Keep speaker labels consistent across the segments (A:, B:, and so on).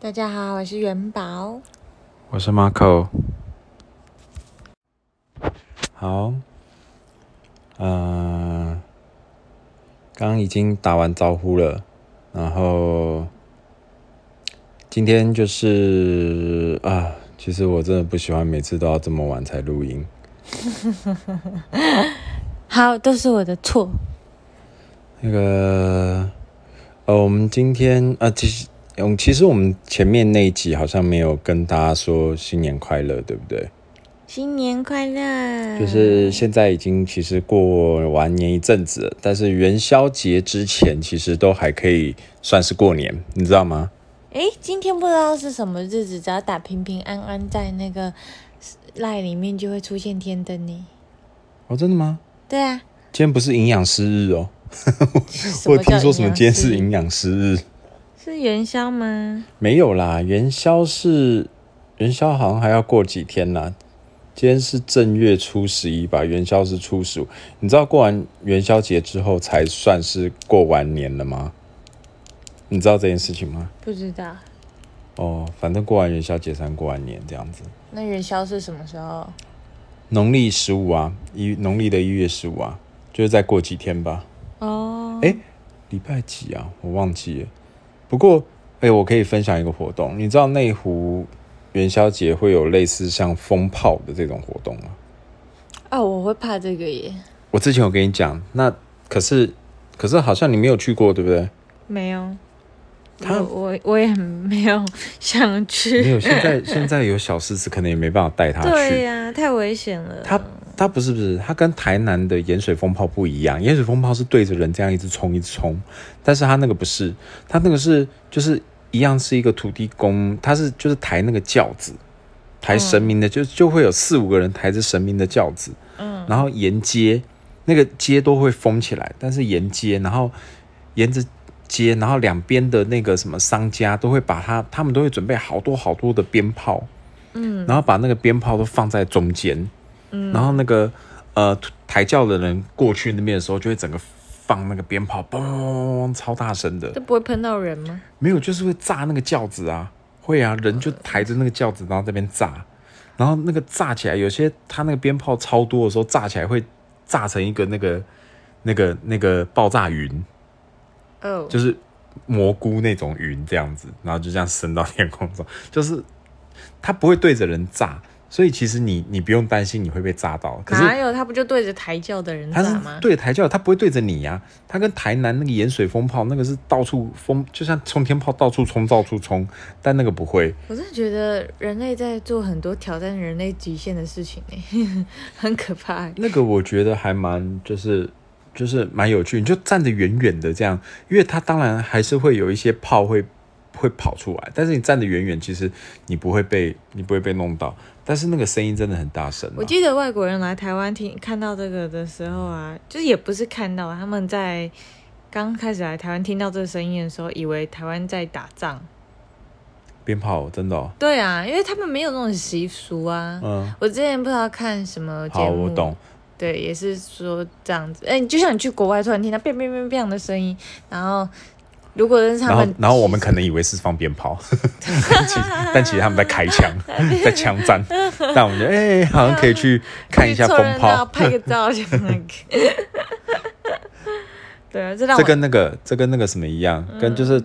A: 大家好，我是元宝。
B: 我是 Marco。好，呃，刚刚已经打完招呼了，然后今天就是啊，其实我真的不喜欢每次都要这么晚才录音，
A: 好，都是我的错。
B: 那个，呃，我们今天啊，其实，嗯，其实我们前面那一集好像没有跟大家说新年快乐，对不对？
A: 新年快乐！
B: 就是现在已经其实过完年一阵子了，但是元宵节之前其实都还可以算是过年，你知道吗？
A: 诶，今天不知道是什么日子，只要打平平安安在那个赖里面，就会出现天灯呢。
B: 哦，真的吗？
A: 对啊，
B: 今天不是营养师日哦，
A: 什
B: 我
A: 么
B: 有听
A: 叫
B: 说什么
A: 营养
B: 今天是
A: 师
B: 营养师日，
A: 是元宵吗？
B: 没有啦，元宵是元宵好像还要过几天啦。今天是正月初十一吧，元宵是初十五。你知道过完元宵节之后才算是过完年了吗？你知道这件事情吗？
A: 不知道。
B: 哦，反正过完元宵节才过完年这样子。
A: 那元宵是什么时候？
B: 农历十五啊，一农历的一月十五啊，就是再过几天吧，
A: 哦，
B: 诶礼拜几啊，我忘记了。不过，哎、我可以分享一个活动，你知道内湖元宵节会有类似像风炮的这种活动吗？
A: 哦，我会怕这个耶。
B: 我之前有跟你讲，那可是可是好像你没有去过，对不对？
A: 没有，
B: 他
A: 我我我也很没有想
B: 没
A: 去。
B: 有，现 在现在有小狮子，可能也没办法带他
A: 对
B: 去。
A: 呀、太危险了。
B: 它它不是不是，它跟台南的盐水风炮不一样。盐水风炮是对着人这样一直冲一直冲，但是它那个不是，它那个是就是一样是一个土地公，它是就是抬那个轿子，抬神明的，就就会有四五个人抬着神明的轿子，嗯，然后沿街那个街都会封起来，但是沿街，然后沿着。街，然后两边的那个什么商家都会把它，他们都会准备好多好多的鞭炮，嗯，然后把那个鞭炮都放在中间，然后那个呃抬轿的人过去那边的时候，就会整个放那个鞭炮，嘣嘣嘣嘣，超大声的
A: 这。不会喷到人吗？
B: 没有，就是会炸那个轿子啊，会啊，人就抬着那个轿子，然后这边炸，然后那个炸起来，有些他那个鞭炮超多的时候，炸起来会炸成一个那个那个那个爆炸云，
A: 哦，
B: 就是蘑菇那种云这样子，然后就这样升到天空中，就是它不会对着人炸。所以其实你你不用担心你会被炸到，可是
A: 哪有他不就对着抬轿的人
B: 他是
A: 打吗？
B: 对台教，他不会对着你呀、他跟台南那个盐水风炮那个是到处风，就像冲天炮到处冲到处冲，但那个不会。
A: 我真的觉得人类在做很多挑战人类极限的事情 呢、很可怕、
B: 那个我觉得还蛮就是就是蛮有趣，你就站得远远的这样，因为它当然还是会有一些炮会会跑出来，但是你站得远远，其实你不会被你不会被弄到，但是那个声音真的很大声、啊。
A: 我记得外国人来台湾听看到这个的时候啊，就是也不是看到，他们在刚开始来台湾听到这个声音的时候，以为台湾在打仗。
B: 鞭炮真的、哦，
A: 对啊，因为他们没有那种习俗啊。
B: 嗯，
A: 我之前不知道看什么节目，
B: 好，我懂。
A: 对，也是说这样子。哎、你就像你去国外突然听到“变变变变”的声音，然后如果是他
B: 然后
A: 们，，
B: 然后我们可能以为是放鞭炮， 但其但其实他们在开 枪，在枪战。但我们觉得，哎、好像可以去看一下
A: 凑
B: 风
A: 热闹
B: 炮。
A: 啊拍个照就那个。 对啊，这让我嗯
B: 这跟那个，这跟那个什么一样，跟就是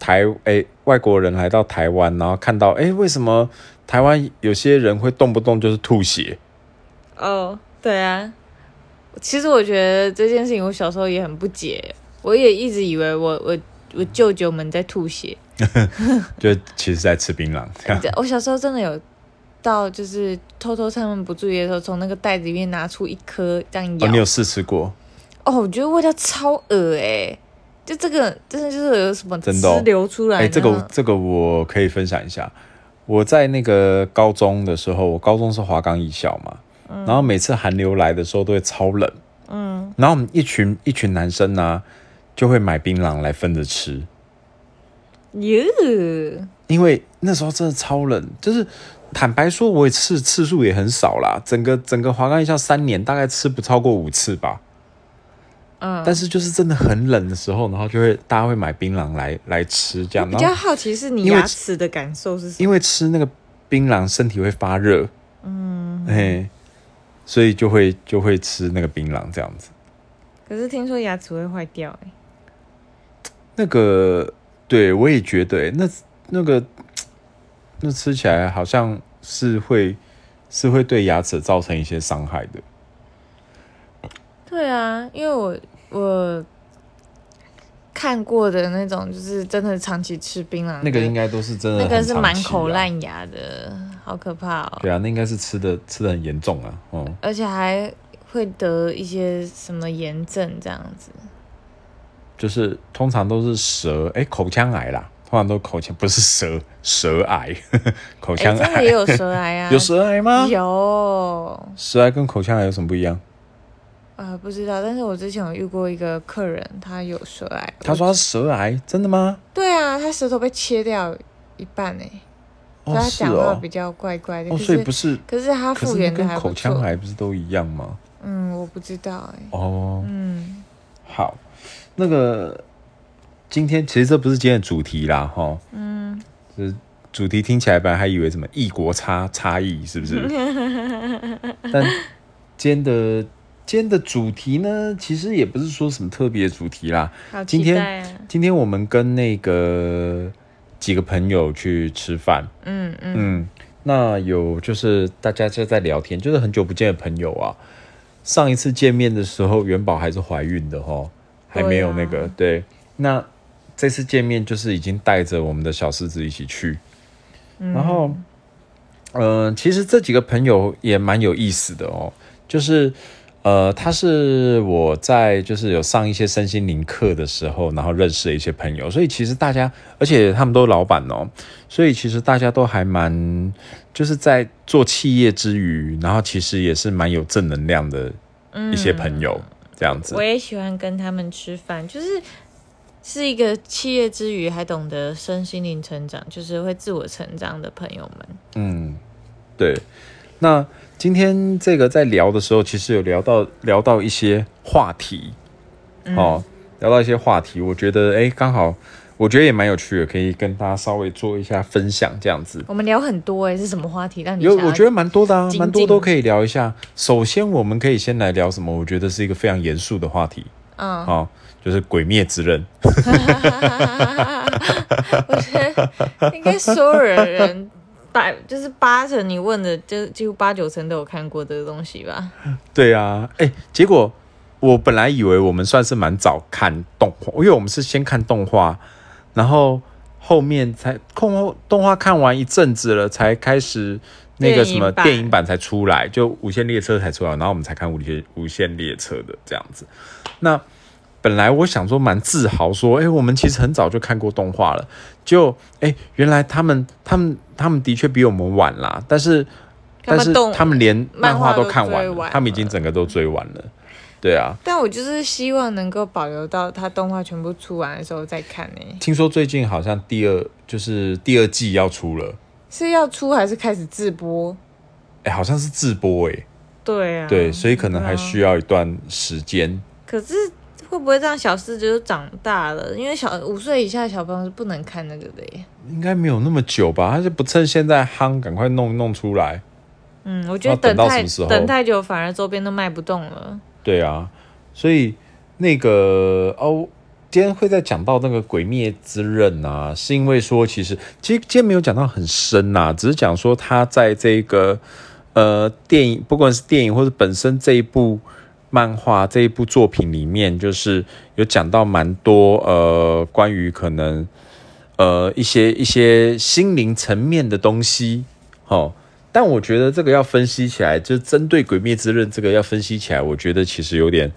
B: 台哎、外国人来到台湾，然后看到哎、为什么台湾有些人会动不动就是吐血？
A: 哦，对啊。其实我觉得这件事情，我小时候也很不解，我也一直以为我我我舅舅们在吐血。
B: 就其实在吃 槟榔这样。
A: 我小时候真的有到，就是偷偷趁他们不注意的时候，从那个袋子里面拿出一颗这样
B: 哦，
A: 咬
B: 你。有试吃过？
A: 哦，我觉得味道超恶哎、就这个真的就是有什么
B: 真的哦
A: 汁流出来。
B: 哎、这
A: 然
B: 个
A: 后
B: 这个我可以分享一下。我在那个高中的时候，我高中是华冈艺校嘛，
A: 嗯
B: 然后每次寒流来的时候都会超冷，嗯，然后我们一群一群男生呢、就会买槟榔来分着吃，
A: 耶，
B: 因为那时候真的超冷，就是坦白说，我也吃次数也很少啦，整个整个华冈艺校三年大概吃不超过五次吧，
A: 嗯，
B: 但是就是真的很冷的时候，然后就会大家会买槟榔来来吃这样，
A: 比
B: 然
A: 较
B: 后
A: 好奇是你
B: 因为
A: 牙齿的感受是什么？
B: 因为吃那个槟榔身体会发热，嗯，哎，所以就会就会吃那个槟榔这样子。
A: 可是听说牙齿会坏掉、欸，
B: 那个对我也觉得、欸，那那个那吃起来好像是会是会对牙齿造成一些伤害的。
A: 对啊，因为我我看过的那种，就是真的长期吃槟榔的，
B: 那个应该都是真的、
A: 那个是满口。烂牙的，好可怕哦！
B: 啊对啊，那应该是吃的吃的很严重啊，哦、
A: 而且还会得一些什么炎症这样子。
B: 就是通常都是舌，哎、口腔癌啦，通常都口腔不是舌，舌癌， 口
A: 哎、
B: 腔
A: 真的
B: 癌、
A: 也有舌癌啊？
B: 有舌癌吗？
A: 有
B: 舌癌跟口腔癌有什么不一样？
A: 呃，不知道，但是我之前有遇过一个客人，他有舌癌。
B: 他说他舌癌，真的吗？
A: 对啊，他舌头被切掉一半诶、所以
B: 哦，
A: 他
B: 是
A: 讲话
B: 哦
A: 比，较怪怪的。
B: 哦，
A: 可
B: 所以
A: 是
B: 不是，
A: 可是他
B: 可
A: 复
B: 是那
A: 原的
B: 跟
A: 还不
B: 口腔
A: 错。
B: 癌不是都一样吗？
A: 嗯，我不知道诶、
B: 哦，
A: 嗯，
B: 好，那个今天其实这不是今天的主题啦，哈，嗯，就是主题听起来本来还以为什么异国差差异是 不是？但今天的今天的主题呢，其实也不是说什么特别的主题啦。
A: 好
B: 今
A: 期
B: 天
A: 待啊！
B: 今天我们跟那个几个朋友去吃饭，
A: 嗯嗯，
B: 嗯，那有就是大家就在聊天，就是很久不见的朋友啊。上一次见面的时候，元宝还是怀孕的哦，还没有那个对,、那这次见面就是已经带着我们的小狮子一起去，然后，嗯、其实这几个朋友也蛮有意思的哦，就是。呃，他是我在就是有上一些身心灵课的时候，然后认识的一些朋友，所以其实大家，而且他们都是老板哦，所以其实大家都还蛮，就是在做企业之余，然后其实也是蛮有正能量的一些朋友，这样子
A: 我。也喜欢跟他们吃饭，就是是一个企业之余还懂得身心灵成长，就是会自我成长的朋友们。
B: 嗯，对。那今天这个在聊的时候，其实有聊到聊到一些话题，
A: 嗯
B: 哦，聊到一些话题，我觉得哎，诶刚好我觉得也蛮有趣的，可以跟大家稍微做一下分享，这样子。
A: 我们聊很多哎、是什么话题让你
B: 有，
A: 想要
B: 我觉得蛮多的啊，
A: 精进
B: 蛮多都可以聊一下。首先，我们可以先来聊什么？我觉得是一个非常严肃的话题，
A: 嗯，
B: 哦，就是《鬼灭之刃》。
A: 我觉 得 应该所有的人。百 就是八成，你问的就几乎八九成都有看过这个东西吧？
B: 对啊，哎、结果我本来以为我们算是蛮早看动画，因为我们是先看动画，然后后面才空后动画看完一阵子了，才开始那个什么
A: 电影版
B: 电影版才出来，就《无限列车》才出来，然后我们才看《无限无限列车》的这样子。那本来我想说蛮自豪说，哎、我们其实很早就看过动画了，就哎、原来他们他们他们的确比我们晚啦，但是
A: 他们
B: 但是
A: 动
B: 他们连漫
A: 漫
B: 画
A: 画
B: 都
A: 都
B: 看完
A: 追
B: 了，
A: 完
B: 他们已经整个都追完了。对啊，
A: 但我就是希望能够保留到它动画全部出完的时候再看欸呢、
B: 听说最近好像第二就是第二季要出了，
A: 是要出还是开始自播？
B: 哎、好像是自播哎、
A: 对啊，
B: 对，所以可能
A: 对
B: 还
A: 啊
B: 需要一段时间。
A: 可是会不会这样小狮子就长大了？因为小五岁以下的小朋友是不能看那个的耶。
B: 应该没有那么久吧？他就不趁现在夯，赶快弄弄出来。
A: 嗯，我觉得
B: 那等到
A: 太
B: 什么时候
A: 等太久，反而周边都卖不动了。
B: 对啊，所以那个哦，今天会再讲到那个《鬼灭之刃》啊，是因为说其实其实今天没有讲到很深呐、只是讲说他在这个呃电影，不管是电影或者本身这一部漫画这一部作品里面，就是有讲到蛮多呃关于可能呃一些一些心灵层面的东西，哦。但我觉得这个要分析起来，就针对《鬼灭之刃》这个要分析起来，我觉得其实有点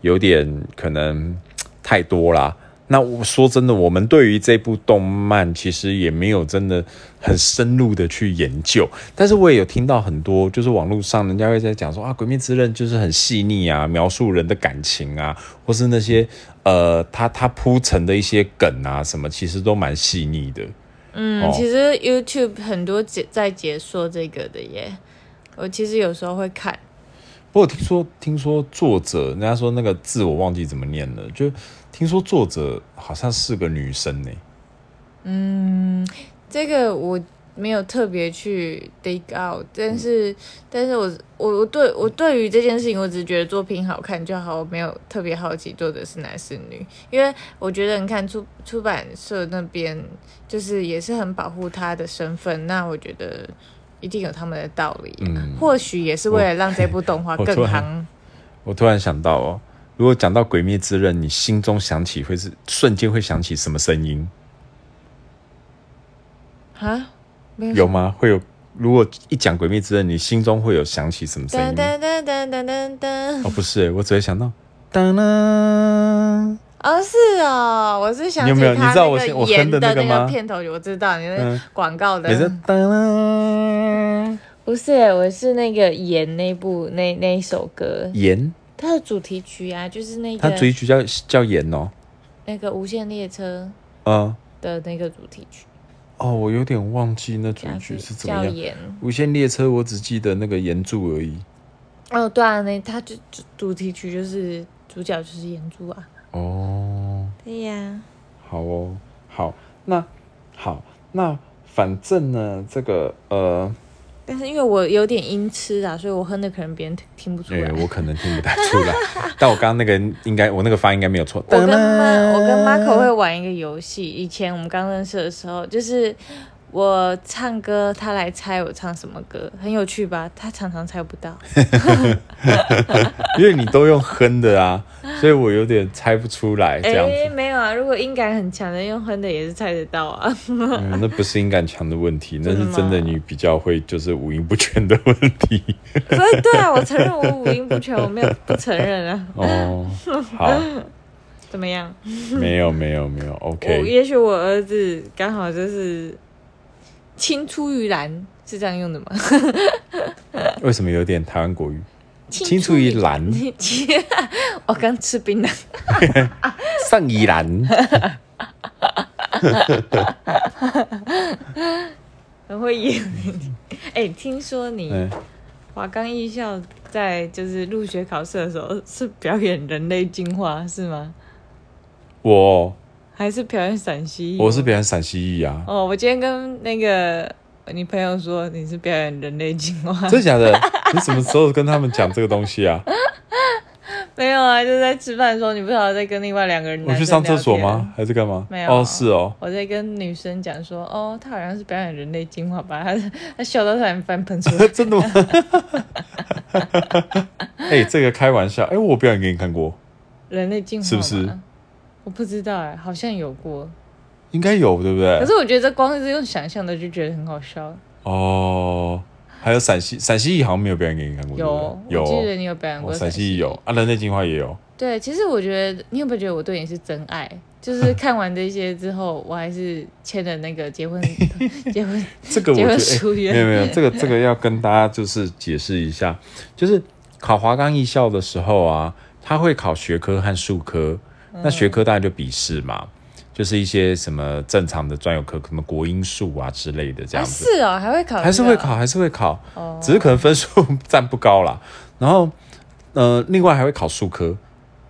B: 有点可能太多啦。那我说真的，我们对于这部动漫其实也没有真的很深入的去研究，但是我也有听到很多，就是网络上人家会在讲说啊，《鬼灭之刃》就是很细腻啊，描述人的感情啊，或是那些呃，它它铺陈的一些梗啊什么，其实都蛮细腻的。
A: 嗯，
B: 哦
A: 其实 YouTube 很多解在解说这个的耶，我其实有时候会看。
B: 不过听说听说作者，人家说那个字我忘记怎么念了，就听说作者好像是个女生呢、
A: 这个我没有特别去 dig out，但
B: 嗯
A: 是，但是我我我对我对于这件事情，我只是觉得作品好看就好，我没有特别好奇作者是男是女，因为我觉得你看出出版社那边就是也是很保护他的身份，那我觉得一定有他们的道理、啊，
B: 嗯
A: 或许也是为了让这部动画
B: 我
A: 更
B: 突然
A: 夯。
B: 我突然想到哦，如果讲到《鬼灭之刃》，你心中想起会是瞬间会想起什么声音？
A: 啊，没
B: 有吗？会有？如果一讲《鬼灭之刃》，你心中会有想起什么声
A: 噔
B: 音？
A: 噔噔噔噔噔噔，
B: 哦，不是、欸，我只会想到当当。
A: 哦，是哦，我是想
B: 你有
A: 起
B: 没有
A: 他
B: 你知道我
A: 那
B: 现
A: 个
B: 我哼
A: 盐
B: 的
A: 的
B: 那个
A: 那个
B: 吗
A: 片头，我知道你那
B: 嗯
A: 广告
B: 每
A: 的，
B: 次当当
A: 不是，我是那个盐那部那那一首歌，
B: 盐，
A: 它的主题曲啊，就是那
B: 它主
A: 个
B: 题曲叫叫盐哦，
A: 那个无限列车
B: 嗯，
A: 的那个主题曲，
B: 哦，我有点忘记那主
A: 叫
B: 题曲是怎
A: 啊叫
B: 么样。
A: 盐。
B: 无限列车，我只记得那个岩柱而已。
A: 哦，对啊，那它就主主题曲就是主角就是岩珠啊，
B: 哦，
A: 对呀、
B: 好哦，好，那好，那反正呢，这个呃，
A: 但是因为我有点音痴啊，所以我哼的可能别人听听不出
B: 因
A: 来。
B: 为哎我可能听不太出来， 但我刚刚那个应该，我那个发音应该没有错。
A: 我跟妈，我跟 Marco 会玩一个游戏。以前我们刚认识的时候，就是我唱歌，他来猜我唱什么歌，很有趣吧？他常常猜不到。
B: 因为你都用哼 的啊，所以我有点猜不出来 这样子。
A: 诶没有啊，如果音感很强的，用哼的也是猜得到 啊。
B: 嗯，那不是音感强的问题，那
A: 真的
B: 是真的
A: 吗
B: 你比较会就是五音不全的问题。
A: 所以对啊，我承认我五音不全，我没有不承认啊。
B: 哦， 好，
A: 怎么样？
B: 没有没有没有
A: 我
B: ，OK，
A: 也许我儿子刚好就是青出于蓝，是这样用的吗？
B: 为什么有点台湾国语？青出于蓝，
A: 青，我刚吃槟榔。
B: 上依然。
A: 很会演。 哎、听说你
B: 嗯，
A: 华冈艺校在就是入学考试的时候是表演人类进化是吗？
B: 我
A: 还是表演陕西？
B: 我是表演陕西语 啊，
A: 哦，我今天跟那个你朋友说你是表演人类进化，
B: 真的假的？你什么时候跟他们讲这个东西啊？
A: 没有啊？就在吃饭的时候，你不知道在跟另外两个人。
B: 我去上厕所吗？？还是干嘛？
A: 没有
B: 哦，是哦，
A: 我在跟女生讲说，哦，她好像是表演人类进化吧，她她笑到差点翻喷 出来。
B: 真的吗？哎，这个开玩笑，哎，我表演给你看过，
A: 人类进化
B: 是不是
A: 吗？我不知道哎、好像有过。
B: 应该有对不
A: 可
B: 对？
A: 是我觉得这光是用想象的就觉得很好笑。
B: 哦，还有陕西陕西语好像没有表演给你看过，对
A: 有
B: 不，对
A: 我记得
B: 有。
A: 你有表演过
B: 哦，陕西
A: 语
B: 语有。啊，人类进化也有，
A: 对，其实我觉得你有没有觉得我对你是真爱？ 就是看完这些之后，我还是签了那个结 婚结婚
B: 这个我
A: 结
B: 觉得
A: 婚
B: 哎
A: 书约。
B: 没有没有，这个这个要跟大家就是解释一下， 就是考华冈艺校的时候啊，他会考学科和术科，
A: 嗯
B: 那学科大概就笔试嘛，就是一些什么正常的专有科，什么国英数啊之类的这
A: 啊
B: 样子，
A: 是哦，还会考试哦，
B: 还是会考，还是会考，
A: 哦。
B: 只是可能分数占不高啦。然后，呃，另外还会考数科，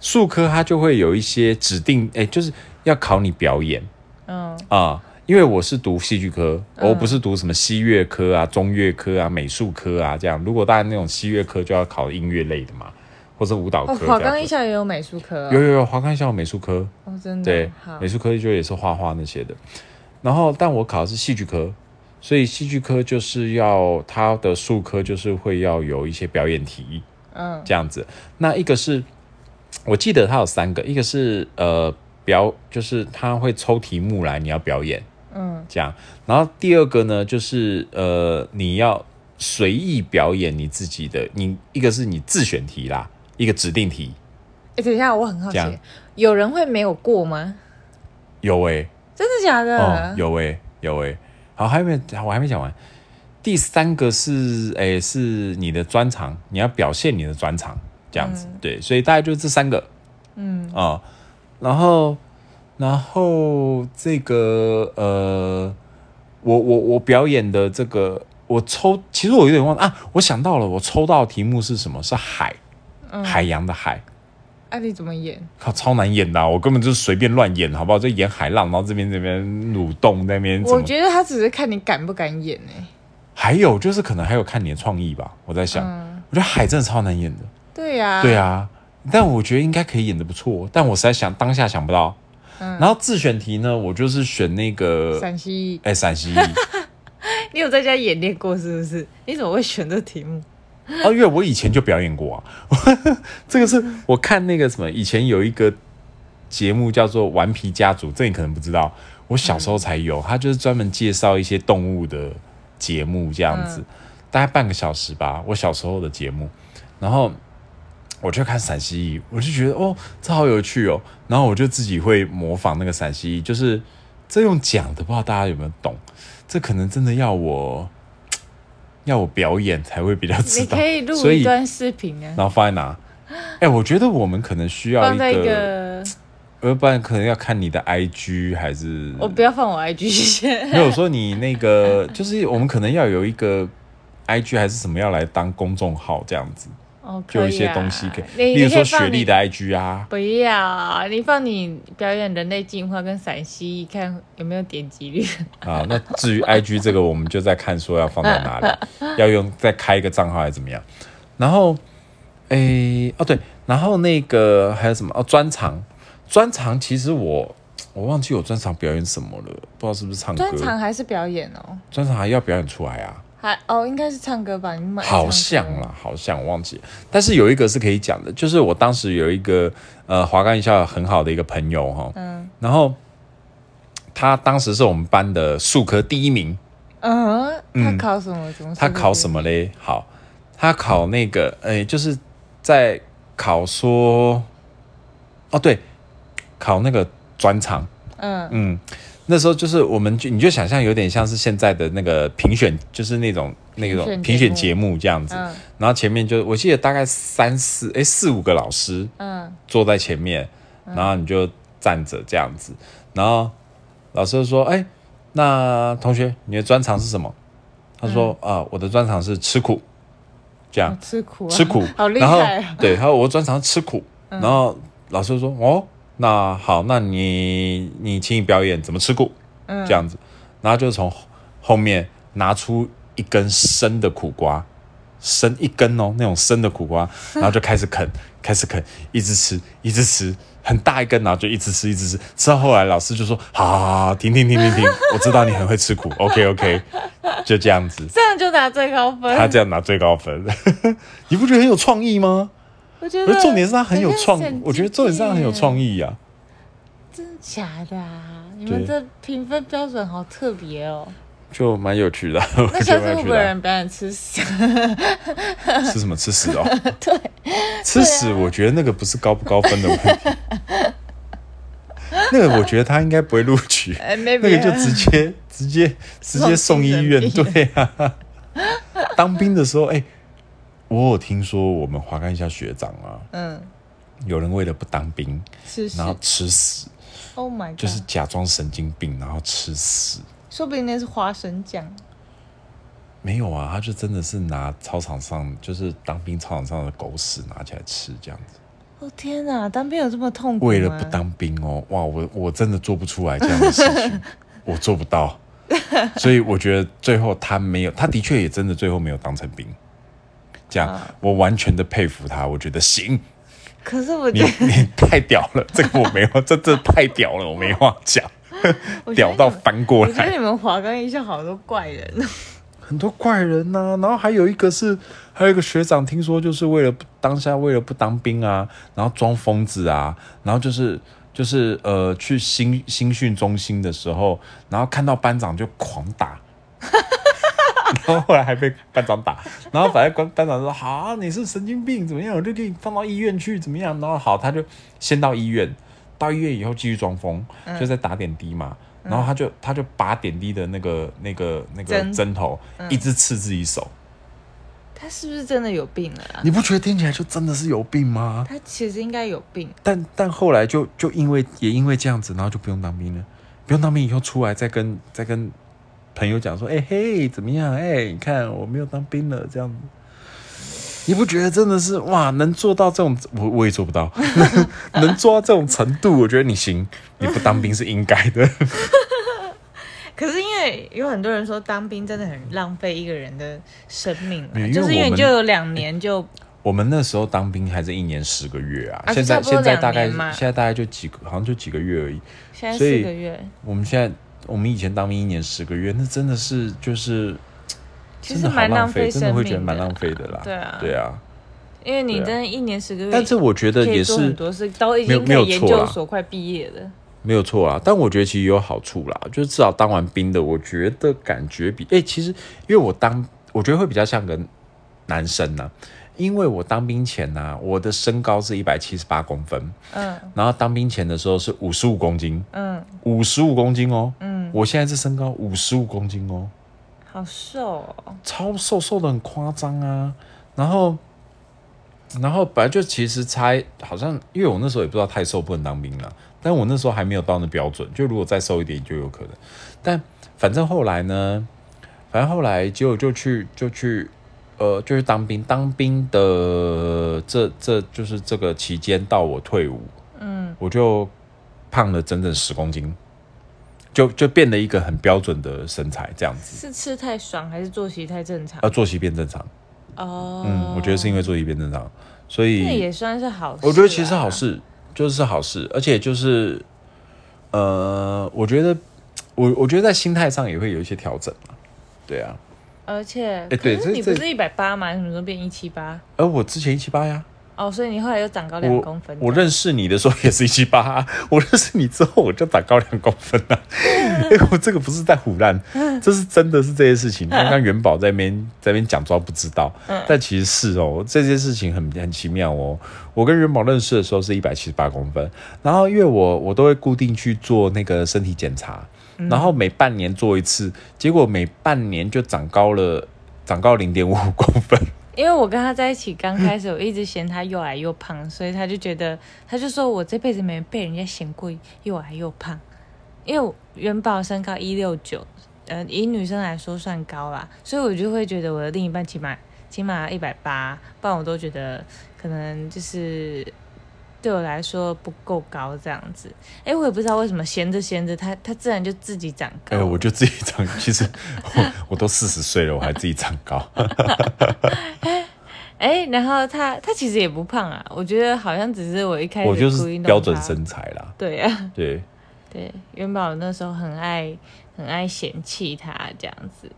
B: 数科它就会有一些指定，哎、就是要考你表演
A: 嗯，
B: 啊。因为我是读戏剧科，我不是读什么西乐科啊、中乐科啊、美术科啊这样。如果大家那种西乐科就要考音乐类的嘛，或者舞蹈科
A: 哦，
B: 这
A: 华
B: 样
A: 冈艺
B: 子。
A: 校也有美术课
B: 有
A: 哦，
B: 有有，华冈校有美术科，
A: 哦，真的
B: 对，
A: 好
B: 美，术科就也是画画那些的。然后，但我考的是戏剧科，所以戏剧科就是要它的术科就是会要有一些表演题
A: 嗯
B: 这样子。那一个是我记得它有三个，一个是呃表，就是它会抽题目来你要表演
A: 嗯，
B: 这样。然后第二个呢，就是呃你要随意表演你自己的，你一个是你自选题啦，一个指定题。
A: 哎，等一下，我很好
B: 这样
A: 奇，有人会没有过吗？
B: 有诶、
A: 真的假的？
B: 哦，有诶、有诶、好，还没，我还没讲完。第三个是，诶、是你的专长，你要表现你的专长，这样子，对，所以大概就这三个，嗯啊、然后，然后这个，呃，我我我表演的这个，我抽，其实我有点忘了啊，我想到了，我抽到的题目是什么？是海，海洋的海。
A: 啊，你怎么演？
B: 靠，超难演的啊、我根本就是随便乱演，好不好？就演海浪，然后这边这边蠕动，那边怎
A: 我
B: 么？
A: 觉得他只是看你敢不敢演哎、
B: 还有就是可能还有看你的创意吧，我在想，我觉得海真的超难演的。
A: 对呀、
B: 对，啊，但我觉得应该可以演的不错，但我实在想当下想不到。然后自选题呢，我就是选那个，
A: 陕西，
B: 哎，陕西
A: 你有在家演练过是不是？你怎么会选这题目？
B: 哦，因为我以前就表演过啊。 这个是我看那个什么，以前有一个节目叫做《顽皮家族》，这你可能不知道，我小时候才有。它就是专门介绍一些动物的节目，这样子，大概半个小时吧。我小时候的节目，然后我就看陕西蜴，我就觉得哦，这好有趣哦。然后我就自己会模仿那个陕西蜴，就是这用讲的，不知道大家有没有懂？这可能真的要我。要我表演才会比较知
A: 你
B: 道，
A: 可以录
B: 所
A: 一
B: 以
A: 段视频啊，
B: 然后放在哪？哎、我觉得我们可能需要
A: 放
B: 一
A: 在一
B: 个，嗯
A: 个，
B: 要不然可能要看你的 IG 还是
A: 我哦不要放我 IG 先。
B: 没有说你那个，就是我们可能要有一个 IG 还是什么要来当公众号这样子，
A: 哦，
B: 就有一
A: 以
B: 些
A: 啊
B: 东西可以，
A: 你
B: 例如
A: 你可
B: 说
A: 以放
B: 学历的
A: 你
B: IG 啊，
A: 不要，你放你表演人类进化跟陕西，看有没有点击 率。
B: 啊，那至于 IG 这个，我们就在看说要放到哪里，要用再开一个账号还是怎么样。然后，诶、哦对，然后那个还有什么哦，专场，专场其实我我忘记我专场表演什么了，不知道是不是唱歌。
A: 专场还是表演哦？
B: 专场还要表演出来啊，
A: 还哦，应该是唱歌吧？你买
B: 好像啦，好像我忘记了。但是有一个是可以讲的，就是我当时有一个呃华冈艺校很好的一个朋友哈，嗯，然后他当时是我们班的数科第一名。
A: 嗯，他考什么？怎么？
B: 他考什
A: 么？
B: 么嘞？好，他考那个，哎、就是在考说，哦，对，考那个专场。
A: 嗯
B: 嗯，那时候就是我们就你就想象有点像是现在的那个评选，就是那种那种评
A: 评选节目
B: 选节目这样子。
A: 嗯
B: 然后前面就我记得大概三四哎、四五个老师，
A: 嗯，
B: 坐在前面，然后你就站着这样子，然后老师就说：“哎、那同学，你的专长是什么？”他说：“啊、我的专长是吃苦。”这样、
A: 好吃苦啊，
B: 吃苦，
A: 好厉
B: 然后
A: 害啊！嗯
B: 对，还有我专长是吃苦，然后老师就说：“哦，那好，那你你请你表演怎么吃苦，
A: 嗯
B: 这样子。”然后就从后面拿出一根生的苦瓜，生一根哦，那种生的苦瓜， 然后就开始啃，开始啃，一直吃，一直吃，很大一根，然后就一直吃，一直吃，吃到后来老师就说：“好好好好，停停停停停，我知道你很会吃苦，OK OK，就这样子。”
A: 这样就拿最高
B: 他
A: 分。
B: 这样拿最 高分，你不觉得很有创意吗？
A: 我觉
B: 不
A: 得
B: 是重点是他很有创
A: 啊很像，神
B: 我觉得重点是他很有创
A: 经
B: 意啊。
A: 病，真的假的啊？你
B: 对
A: 们这评分标准好特别哦。
B: 就蛮有趣的，我
A: 那
B: 觉
A: 下
B: 得
A: 次
B: 蛮有
A: 会
B: 趣
A: 不会有
B: 的啊。
A: 人表演吃屎？
B: 吃什么吃屎哦？对，吃屎，我觉得那个不是高不高分的问题，
A: 啊
B: 那个我觉得他应该不会录 取，
A: 哎
B: 那
A: ，maybe
B: 个
A: 啊，
B: 就直接直接直接送医院。
A: 送精神
B: 对啊，当兵的时候，哎，我有听说我们华冈一下学长啊，
A: 嗯，
B: 有人为了不当兵，
A: 吃屎
B: 然。后吃屎。
A: Oh my god！
B: 就是假装神经病，然后吃屎。
A: 说不定那是花生酱。
B: 没有啊，他就真的是拿操场上，就是当兵操场上的狗屎拿起来吃这样子。
A: 哦天哪，当兵有这么痛苦吗？
B: 为了不当兵哦，哇，我我真的做不出来这样的事情，我做不到。所以我觉得最后他没有，他的确也真的最后没有当成兵。这样，我完全的佩服他，我觉得行，
A: 可是我
B: 你
A: 觉得，
B: 你太屌了，这个我没有，这这太屌了，我没话讲，
A: 我觉得
B: 屌
A: 你
B: 到
A: 们
B: 翻过
A: 我觉得
B: 来。
A: 你们华冈艺校好多怪人，
B: 很多怪人呐、然后还有一个是，还有一个学长，听说就是为了不当下为了不当兵啊，然后装疯子啊，然后就是就是呃去新新训中心的时候，然后看到班长就狂打，然后后来还被班长打，然后反正班班长说好你是神经病怎么样，我就给你放到医院去怎么样，然后好他就先到医院，到医院以后继续装疯，就在打点滴嘛。然后他就他就拔点滴的那个那个那个
A: 针
B: 针头，一直刺自己手，
A: 他是不是真的有病了啊？
B: 你不觉得听起来就真的是有病吗？
A: 他其实应该有病，
B: 但但后来就就因为也因为这样子，然后就不用当兵了，不用当兵以后出来再跟再跟朋友讲说，哎、嘿，怎么样？哎、你看我没有当兵了，这样子。你不觉得真的是哇？能做到这种，我我也做 不到， 能做到这种程度，我觉得你行，你不当兵是应该的。
A: 可是因为有很多人说当兵真的很浪费一个人的生命啊
B: 没有，因为
A: 就是因
B: 我
A: 为
B: 们
A: 你就有两年就
B: 我们那时候当兵还是一年十个月啊，
A: 啊
B: 现在
A: 就差
B: 现
A: 不多
B: 在大概
A: 两年嘛
B: 现在大概就几个，好像就几个月而已。
A: 现在
B: 所以
A: 四个月，
B: 我们现在我们以前当兵一年十个月，那真的是就是
A: 其
B: 真
A: 实
B: 的好
A: 蛮
B: 浪
A: 费
B: 真的
A: 生
B: 会
A: 命
B: 觉得蛮
A: 的
B: 浪费的啦。
A: 对啊
B: 对啊。
A: 因为你
B: 对啊
A: 真的一年十个月，
B: 但是我觉得
A: 可
B: 也
A: 以做很
B: 是
A: 多事，都已
B: 没有
A: 经
B: 没
A: 可
B: 有
A: 以研
B: 错
A: 究
B: 啦
A: 所快毕业了。
B: 没有错啊啦，但我觉得其实也有好处啦，就是至少当完兵的，我觉得感觉比哎、其实因为我当，我觉得会比较像个男生呐、因为我当兵前呐、我的身高是一百七十八公分，
A: 嗯
B: 然后当兵前的时候是五十五公斤，
A: 嗯，
B: 五十五公斤哦，
A: 嗯，
B: 我现在是身高五十五公斤哦，
A: 好瘦、哦，
B: 超瘦瘦的很夸张啊，然后。然后本来就其实差好像，因为我那时候也不知道太瘦不能当兵了，但我那时候还没有到那标准，就如果再瘦一点就有可能。但反正后来呢，反正后来结果就去就去呃就去当兵，当兵的这这就是这个期间到我退伍，嗯，我就胖了整整十公斤，就就变了一个很标准的身材这样子，
A: 是吃太爽还是作息太正常？
B: 呃，作息变正常，
A: 哦，
B: 嗯，我觉得是因为作息变正常，所以
A: 那也算是好事、啊。
B: 我觉得其实好，事，就是好事，而且就是，呃，我觉得我我觉得在心态上也会有一些调整嘛，对啊，
A: 而且，
B: 哎
A: 可
B: 对
A: 是你
B: 这
A: 不
B: 这
A: 是一百八吗？你怎么时候变一七八？
B: 而我之前一七八呀，
A: 哦，所以你后来又长高两公
B: 我
A: 分。
B: 我认识你的时候也是一七八，我认识你之后我就长高两公分 啊，哎、我这个不是在胡乱，这是真的是这件事情。刚刚元宝在那边在那边讲装不知道，
A: 嗯
B: 但其实是哦，这件事情很很奇妙哦。我跟元宝认识的时候是一百七十八公分，然后因为我我都会固定去做那个身体检查，
A: 嗯
B: 然后每半年做一次，结果每半年就长高了，长高零点五公分。
A: 因为我跟他在一起刚开始，我一直嫌他又矮又胖，所以他就觉得，他就说我这辈子没被人家嫌过又矮又胖。因为我元宝身高一六九，呃，以女生来说算高啦，所以我就会觉得我的另一半起码起码一百八，不然我都觉得可能就是对我来说不够高这样子。哎，我也不知道为什么闲着闲着，他他自然就自己长高。
B: 哎、我就自己长，其 实我我都四十岁了，我还自己长高。
A: 哎，然后他他其实也不胖啊，我觉得好像只是我一 开始
B: 我就
A: 故意
B: 是
A: 弄
B: 标准
A: 他
B: 身材啦，
A: 对啊，
B: 对，
A: 对，元宝那时候很爱很爱嫌弃他这样子，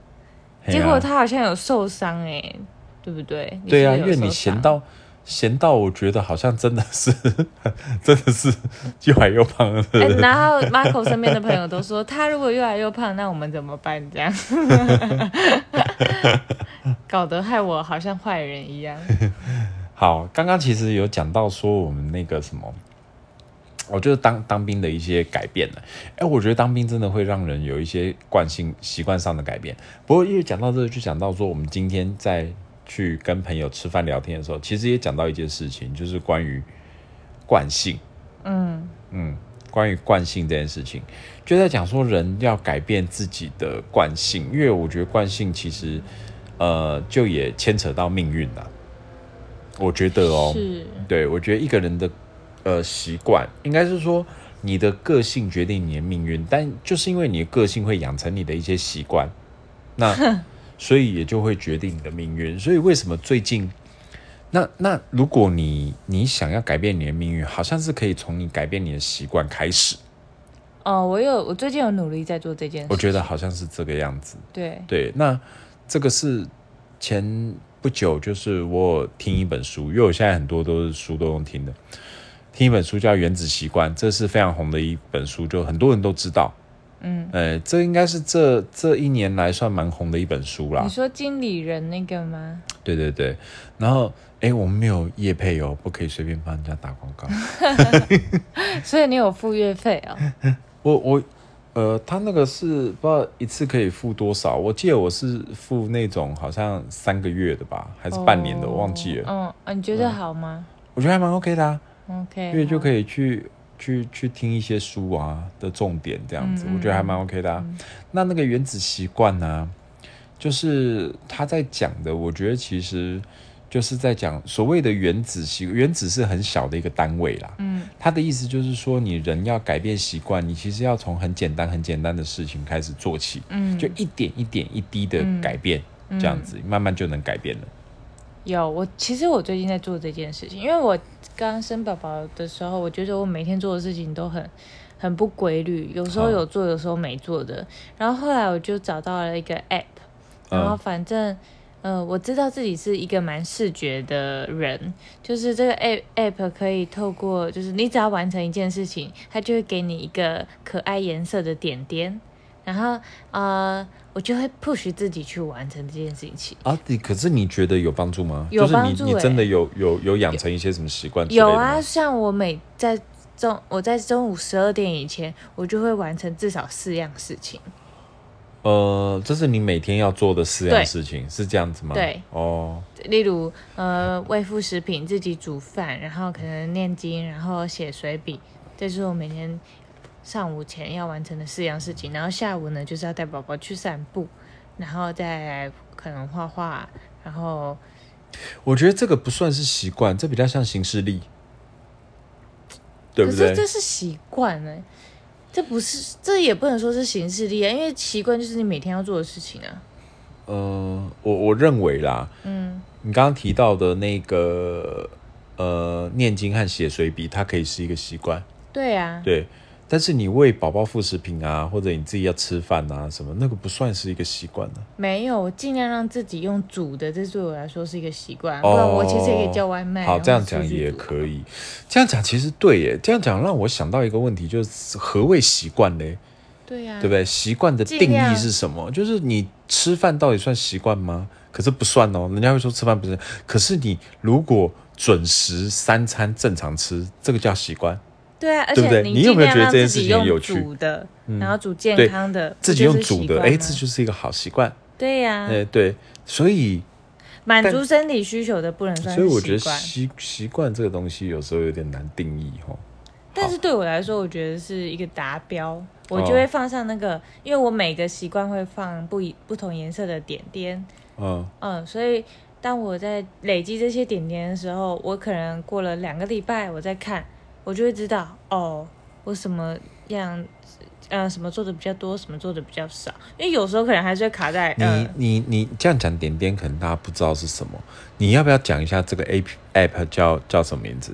B: 嘿
A: 结
B: 啊
A: 果他好像有受伤哎、对不对？你
B: 对
A: 是不
B: 啊，
A: 是
B: 因
A: 有
B: 为你
A: 受
B: 闲
A: 伤，
B: 到闲到，我觉得好像真的是 真的是又矮又胖的
A: 哎、
B: 人，
A: 然后 Marco 身边的朋友都说，他如果越来越胖，那我们怎么办？这样， 搞得害我好像坏人一样。
B: 好，刚刚其实有讲到说我们那个什么，我觉得哦当当兵的一些改变呢，哎、我觉得当兵真的会让人有一些惯性习惯上的改变。不过因为讲到这个，就讲到说我们今天在去跟朋友吃饭聊天的时候，其实也讲到一件事情，就是关于惯性，
A: 嗯
B: 嗯，关于惯性这件事情，就在讲说人要改变自己的惯性，因为我觉得惯性其实，呃，就也牵扯到命运啦。我觉得哦，
A: 是，
B: 对，我觉得一个人的呃习惯，应该是说你的个性决定你的命运，但就是因为你的个性会养成你的一些习惯，那所以也就会决定你的命运。所以为什么最近，那那如果你你想要改变你的命运，好像是可以从你改变你的习惯开始，
A: 哦，我有，我最近有努力在做这件
B: 我
A: 事，
B: 觉得好像是这个样子。
A: 对，
B: 对，那这个是前不久，就是我有听一本书，因为我现在很多都是书都用听的，听一本书叫《原子习惯》，这是非常红的一本书，就很多人都知道。
A: 嗯，
B: 呃，这应该是这这一年来算蛮红的一本书啦
A: 你。说经理人那个吗？
B: 对对对，然后哎，诶我们没有业配哦，不可以随便帮人家打广告。
A: 所以你有付月费哦？
B: 我我呃，他那个是不知道一次可以付多少，我记得我是付那种好像三个月的吧， 还是半年的，
A: 哦
B: 我忘记了。
A: 哦。嗯、啊，你觉得好吗、
B: 我觉得还蛮 OK 的啊，
A: o k
B: 因为就可以去去去听一些书啊的重点这样子，我觉得还蛮 OK 的、啊。那那个原子习惯呢，就是他在讲的，我觉得其实就是在讲所谓的原子习，原子是很小的一个单位啦。嗯，他的意思就是说，你人要改变习惯，你其实要从很简单、很简单的事情开始做起，
A: 嗯，
B: 就一点一点一滴的改变，这样子慢慢就能改变了。
A: 有我，其实我最近在做这件事情，因为我刚生宝宝的时候，我觉得我每天做的事情都很很不规律，有时候
B: 好
A: 有做，有时候没做的。然后后来我就找到了一个 app，然后
B: 嗯
A: 反正。呃，我知道自己是一个蛮视觉的人，就是这个 app app 可以透过，就是你只要完成一件事情，它就会给你一个可爱颜色的点点，然后呃，我就会 push 自己去完成这件事情。
B: 啊，你可是你觉得有帮助吗？
A: 有帮
B: 就是
A: 助
B: 你你
A: 欸
B: 真的有有有养成一些什么习惯之类的
A: 有
B: 吗？
A: 啊，像我每在中我在中午十二点以前，我就会完成至少四样事情。
B: 呃，这是你每天要做的四样
A: 对
B: 事情，是这样子吗？
A: 对。
B: 哦，
A: 例如，呃，喂副食品，自己煮饭，然后可能念经，然后写随笔，这是我每天上午前要完成的四样事情。然后下午呢，就是要带宝宝去散步，然后再来可能画画，然后
B: 我觉得这个不算是习惯，这比较像行事力，对
A: 可
B: 不
A: 是
B: 对？
A: 这是习惯呢、这不是，这也不能说是形式力啊，因为习惯就是你每天要做的事情啊。
B: 呃，我我认为啦，
A: 嗯，
B: 你刚刚提到的那个呃，念经和写随笔，它可以是一个习惯，
A: 对啊，
B: 对。但是你喂宝宝副食品啊，或者你自己要吃饭啊什么，那个不算是一个习惯的、啊
A: 没有，我尽量让自己用煮的，这对我来说是一个习惯。不
B: 哦，
A: 然我其实也可以叫外卖。
B: 好，这样讲
A: 然后出去
B: 也
A: 煮啊
B: 可以。这样讲其实对耶，这样讲让我想到一个问题，就是何谓习惯嘞？
A: 对呀、啊，
B: 对不
A: 对？
B: 对？习惯的
A: 尽
B: 定义
A: 量
B: 是什么？就是你吃饭到底算习惯吗？可是不算哦，人家会说吃饭不是。可是你如果准时三餐正常吃，这个叫习惯。
A: 啊，而
B: 对不对
A: 且
B: 你有
A: 尽
B: 没有觉
A: 量
B: 得
A: 让
B: 这件
A: 自
B: 事
A: 己
B: 情很
A: 用
B: 有趣嗯
A: 煮的，然后煮健
B: 对
A: 康的，
B: 自己
A: 不就
B: 用
A: 是
B: 煮
A: 习
B: 的，
A: 惯嗯
B: 哎，
A: 吗
B: 这就是一个好习惯。
A: 对呀、
B: 哎、对，所以
A: 满
B: 但
A: 足生理需求的不能算
B: 所以
A: 是
B: 我觉得
A: 习惯。
B: 习习惯这个东西有时候有点难定义哦。
A: 但是对我来说，我觉得是一个达标，我
B: 哦
A: 就会放上那个，因为我每个习惯会放不一不同颜色的点点，
B: 嗯，
A: 嗯，所以当我在累积这些点点的时候，我可能过了两个礼拜，我再看，我就会知道哦，我什么样，呃，什么做的比较多，什么做的比较少，因为有时候可能还是会卡在，
B: 你
A: 呃，
B: 你你这样讲点点，可能大家不知道是什么。你要不要讲一下这个 A P App 叫叫什么名字？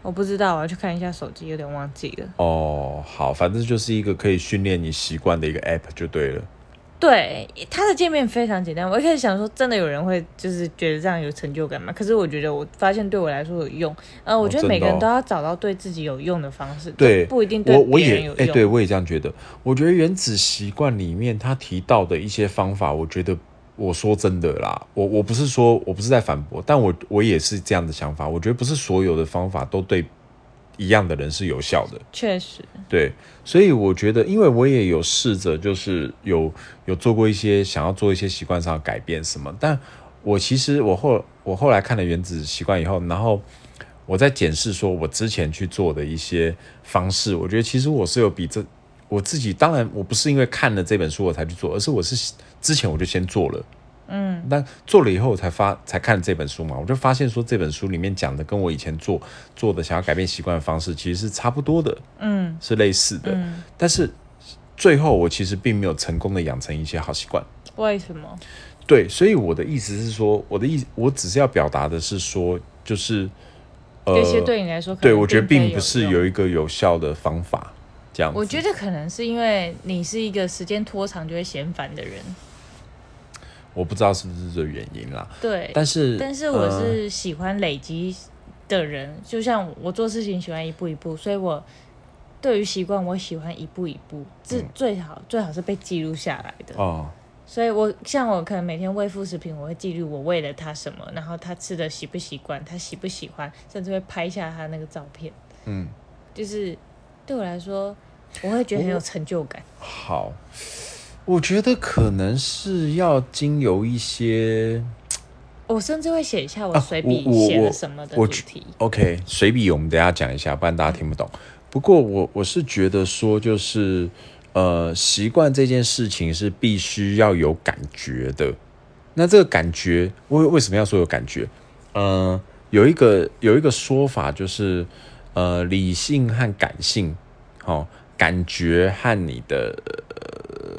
A: 我不知道，我要去看一下手机，有点忘记了。
B: 哦，好，反正就是一个可以训练你习惯的一个 app 就对了。
A: 对，它的界面非常简单。我一开始想说，真的有人会就是觉得这样有成就感吗？可是我觉得，我发现对我来说有用。呃，我觉得
B: 真的
A: 每个人
B: 哦
A: 都要找到对自己有用的方式，
B: 对，
A: 就不一定对
B: 我我
A: 别人
B: 也
A: 有
B: 哎、
A: 用。
B: 对我也这样觉得。我觉得《原子习惯》里面他提到的一些方法，我觉得我说真的啦，我我不是说我不是在反驳，但我我也是这样的想法。我觉得不是所有的方法都对一样的人是有效的。
A: 确实，
B: 对，所以我觉得，因为我也有试着，就是有有做过一些想要做一些习惯上的改变什么，但我其实我后我后来看了《原子习惯》以后，然后我在检视说我之前去做的一些方式，我觉得其实我是有比这我自己，当然我不是因为看了这本书我才去做，而是我是之前我就先做了。嗯，但做了以后我才发才看这本书嘛，我就发现说这本书里面讲的跟我以前做做的想要改变习惯的方式其实是差不多的。是类似的，
A: 嗯
B: 但是最后我其实并没有成功的养成一些好习惯。
A: 为什么？
B: 对，所以我的意思是说，我的意我只是要表达的是说，就是呃，
A: 这些对你来说可能
B: 对我觉得并
A: 非
B: 不是
A: 用
B: 有一个有效的方法，这样子。
A: 我觉得可能是因为你是一个时间拖长就会嫌烦的人，
B: 我不知道是不是这个原因啦，
A: 对。
B: 但是
A: 但是我
B: 呃
A: 是喜欢累积的人，就像我做事情喜欢一步一步，所以我对于习惯我喜欢一步一步，这
B: 嗯
A: 最好、最好是被记录下来的。
B: 哦，
A: 所以我像我可能每天喂副食品，我会记录我喂了他什么，然后他吃的习不习惯，他喜不喜欢，甚至会拍下他那个照片。
B: 嗯，
A: 就是对我来说，我会觉得很有成就感。
B: 好，我觉得可能是要经由一些
A: 我甚至会写一下我
B: 啊
A: 随
B: 我
A: 笔
B: 我
A: 写
B: 我
A: 了什么的
B: 我
A: 主
B: 觉
A: 题。
B: OK，随笔我们等一下讲一下，不然大家听不懂。不过我我是觉得说，就是呃，习惯这件事情是必须要有感觉的。那这个感觉，为为什么要说有感觉？呃，有一个有一个说法就是，呃，理性和感性，好、感觉和你的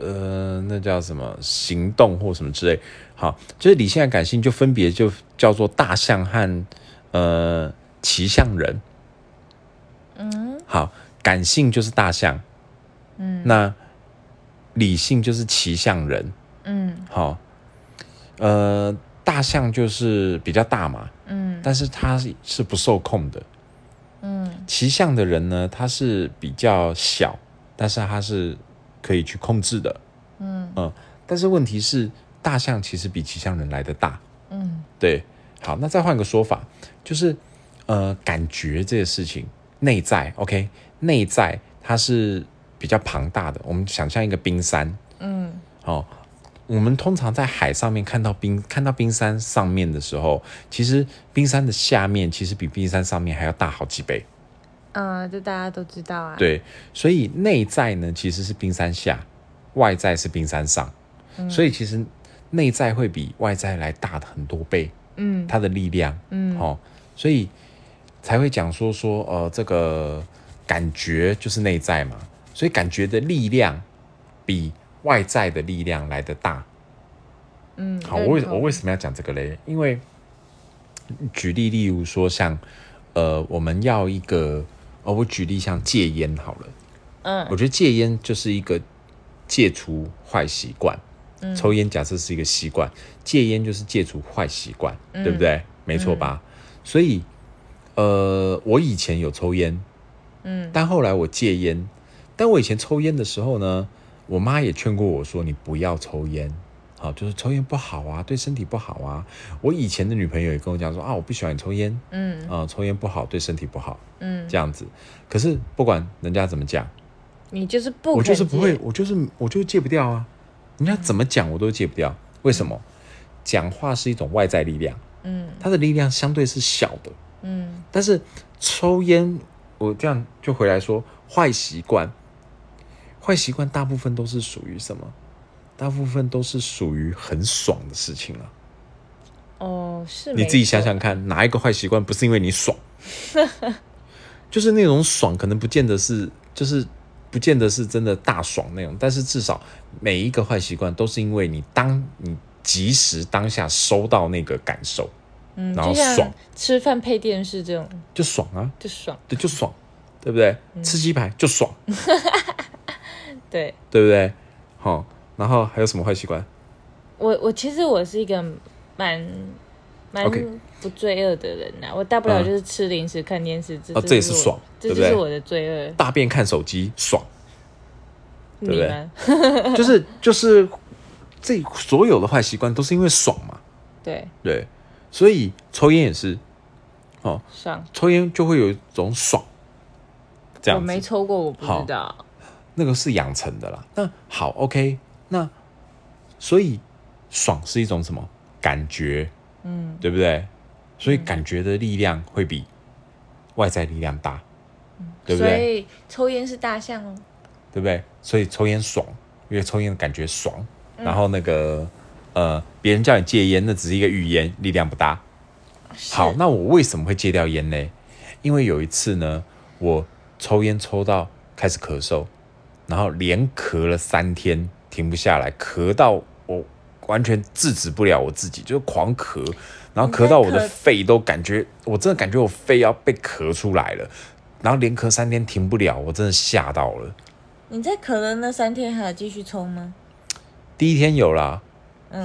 B: 呃，那叫什么行动或什么之类，好，就是理性和感性就分别就叫做大象和呃骑象人。
A: 嗯
B: 好，感性就是大象，嗯，那理性就是骑象人，
A: 嗯
B: 好，呃，大象就是比较大嘛，
A: 嗯
B: 但是它是是不受控的。
A: 嗯
B: 骑象的人呢，他是比较小，但是他是可以去控制的，
A: 嗯
B: 但是问题是，大象其实比骑象人来的大，
A: 嗯
B: 对，好，那再换个说法，就是呃，感觉这个事情，内在，OK，内在它是比较庞大的。我们想象一个冰山，
A: 嗯
B: 哦，我们通常在海上面看到冰，看到冰山上面的时候，其实冰山的下面其实比冰山上面还要大好几倍。
A: 嗯，这大家都知道啊。，
B: 对，所以内在呢其实是冰山下，外在是冰山上，
A: 嗯
B: 所以其实内在会比外在来大很多倍。
A: 嗯
B: 它的力量，嗯，好、所以才会讲说说呃，这个感觉就是内在嘛，所以感觉的力量比外在的力量来的大。
A: 嗯，
B: 好，我为
A: 认同
B: 我为什么要讲这个嘞？因为举例，例如说像呃，我们要一个哦，我举例像戒烟好了，
A: 嗯
B: 我觉得戒烟就是一个戒除坏习惯。
A: 嗯
B: 抽烟假设是一个习惯，戒烟就是戒除坏习惯，
A: 嗯
B: 对不对？没错吧？所以，呃，我以前有抽烟，
A: 嗯
B: 但后来我戒烟。但我以前抽烟的时候呢，我妈也劝过我说：“你不要抽烟，好，就是抽烟不好啊，对身体不好啊。”我以前的女朋友也跟我讲说：“啊，我不喜欢你抽烟，
A: 嗯
B: 啊、抽烟不好，对身体不好。”
A: 嗯，
B: 这样子。可是不管人家怎么讲，
A: 你就是不，
B: 我就是不会，，我就是我就戒不掉啊！人家怎么讲我都戒不掉，为什么？讲话是一种外在力量，
A: 嗯
B: 它的力量相对是小的，
A: 嗯
B: 但是抽烟，我这样就回来说坏习惯，坏习惯大部分都是属于什么？大部分都是属于很爽的事情啊！
A: 哦，是
B: 你
A: 没
B: 自己想
A: 错
B: 想看，哪一个坏习惯不是因为你爽？ 就是那种爽，可能不见得是，就是不见得是真的大爽那种，但是至少每一个坏习惯都是因为你当你及时当下收到那个感受，
A: 嗯
B: 然
A: 就
B: 后
A: 像
B: 爽
A: 吃饭配电视这种
B: 就爽啊，
A: 就爽，
B: 对，就爽，对不对？
A: 嗯
B: 吃鸡排就爽，
A: 对。
B: 对不对？好、然后还有什么坏习惯？
A: 我我其实我是一个蛮蛮
B: OK
A: 不罪恶的人呐、我大不了
B: 嗯
A: 就是吃零食、看电视，这、
B: 哦这也是
A: 就是我
B: 爽
A: 这
B: 对不
A: 就是
B: 对
A: 我的罪恶。
B: 大便看手机爽，对不
A: 你
B: 对
A: 呢？
B: 就是就是这所有的坏习惯都是因为爽嘛，
A: 对，
B: 对，所以抽烟也是，哦，
A: 爽。
B: 抽烟就会有一种爽，这
A: 我哦
B: 样
A: 没
B: 子，
A: 抽过，我不
B: 好
A: 知道。
B: 那个是养成的啦。那好，OK，那所以爽是一种什么感觉？嗯，对不对？所以
A: 嗯
B: 感觉的力量会比外在力量大，对
A: 嗯
B: 不
A: 所
B: 对？
A: 以抽烟是大象哦。
B: 对不对？所以抽烟爽，因为抽烟的感觉爽。
A: 嗯
B: 然后那个呃，别人叫你戒烟，那只是一个语言，力量不大。
A: 是
B: 好，那我为什么会戒掉烟呢？因为有一次呢，我抽烟抽到开始咳嗽，然后连咳了三天，停不下来，咳到我完全制止不了我自己，就是狂咳，然后咳到我的
A: 你在咳
B: 肺都感觉，我真的感觉我肺要被咳出来了，然后连咳三天停不了，我真的吓到了。
A: 你在可乐那三天还有继续抽吗？
B: 第一天有啦，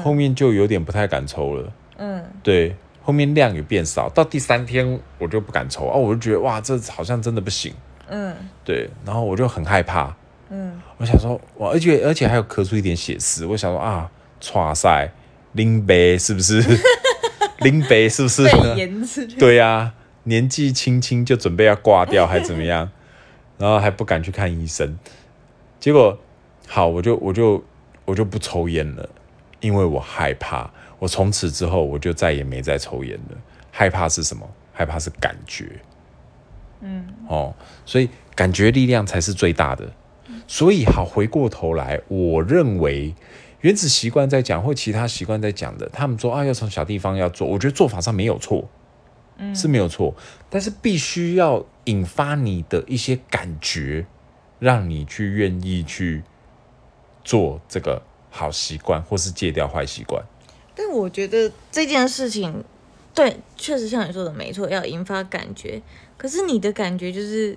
B: 后面就有点不太敢抽了。
A: 嗯
B: 对，后面量也变少，到第三天我就不敢抽啊，我就觉得哇，这好像真的不行。
A: 嗯
B: 对，然后我就很害怕，
A: 嗯，
B: 我想说，我而且而且还有咳出一点血丝，我想说啊，哇塞，林北是 不是？林北是不是呢
A: 肺？炎之类。
B: 对呀、啊年纪轻轻就准备要挂掉，还怎么样？然后还不敢去看医生，结果好，我就我就我就不抽烟了，因为我害怕。我从此之后，我就再也没再抽烟了。害怕是什么？害怕是感觉，嗯，哦，所以感觉力量才是最大的。所以好，回过头来，我认为原子习惯在讲或其他习惯在讲的，他们说啊要从小地方要做，我觉得做法上没有错，嗯，是没有错，但是必须要引发你的一些感觉，让你去愿意去做这个好习惯，或是戒掉坏习惯。
A: 但我觉得这件事情，对，确实像你说的没错，要引发感觉。可是你的感觉就是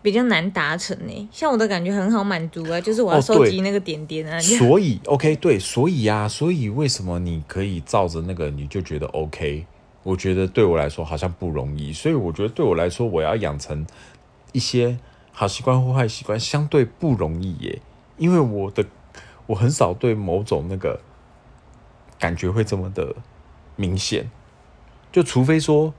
A: 比较难达成呢。像我的感觉很好满足啊，就是我要
B: 哦
A: 收
B: 对
A: 集那个点点啊。你
B: 所以，OK，对，所以啊，所以为什么你可以照着那个你就觉得 OK？我觉得对我来说好像不容易，所以我觉得对我来说，我要养成一些好习惯或坏习惯相对不容易耶，因为我的我很少对某种那个感觉会这么的明显，就除非说，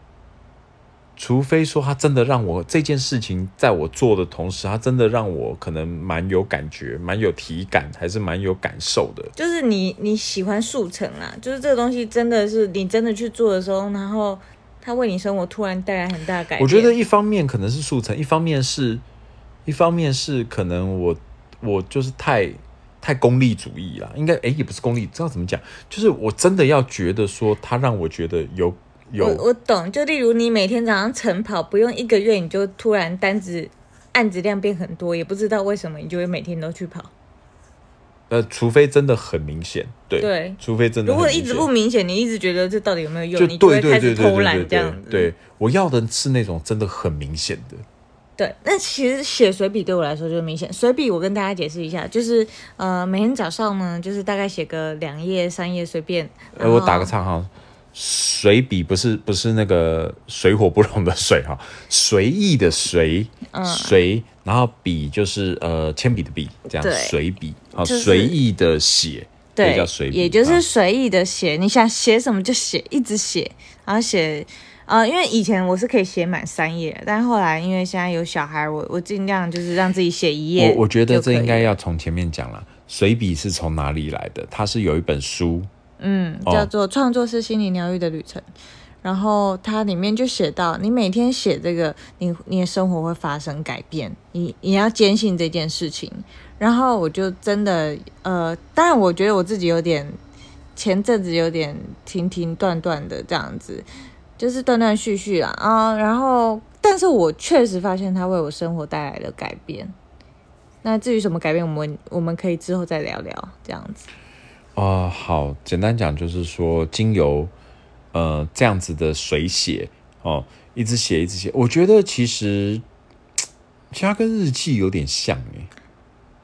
B: 除非说他真的让我这件事情在我做的同时，他真的让我可能蛮有感觉、蛮有体感，还是蛮有感受的。
A: 就是你你喜欢速成啊，就是这个东西真的是你真的去做的时候，然后它为你生活突然带来很大的改变。
B: 我觉得一方面可能是速成，一方面是，一方面是可能我我就是太太功利主义啦，应该诶也不是功利，知道怎么讲，就是我真的要觉得说他让我觉得有有
A: 我我懂，就例如你每天早上晨跑，不用一个月，你就突然单子案子量变很多，也不知道为什么，你就会每天都去跑。
B: 呃，除非真的很明显，对
A: 对
B: 除非真的
A: 如
B: 很
A: 果
B: 明
A: 一直
B: 显
A: 不明显，你一直觉得这到底有没有
B: 就
A: 用，你就
B: 对
A: 会
B: 对
A: 开
B: 对
A: 始
B: 对
A: 偷
B: 对
A: 懒这
B: 对
A: 样嗯子。
B: 对，我要的是那种真的很明显的，
A: 对，那其实写随笔对我来说就是明显。随笔我跟大家解释一下，就是呃，每天早上呢，就是大概写个两页、三页，随便。
B: 呃，我打个
A: 叉。
B: 岔哈，水笔不是不是那个水火不容的 水哈，随意的随，
A: 嗯
B: 随，然后笔就是呃铅笔的笔，这样
A: 对
B: 随笔啊，
A: 就是
B: 随意的写，所以
A: 对
B: 叫随，笔，
A: 也就是
B: 啊
A: 随意的写，你想写什么就写，一直写，然后写。呃，因为以前我是可以写满三页的，但后来因为现在有小孩，我我尽量就是让自己写一页就可以了。
B: 我我觉得这应该要从前面讲了，随笔是从哪里来的？它是有一本书，
A: 嗯，
B: 哦
A: 叫做《创作是心灵疗愈的旅程》，然后它里面就写到，你每天写这个，你你的生活会发生改变，你你要坚信这件事情。然后我就真的，呃，当然我觉得我自己有点前阵子有点停停断断的这样子，就是断断续续啦啊、然后，但是我确实发现它为我生活带来了改变。那至于什么改变，我们我们可以之后再聊聊这样子。
B: 啊、好，简单讲就是说，精油，呃，这样子的水写哦，一直写一直写，我觉得其实其实它跟日记有点像欸诶，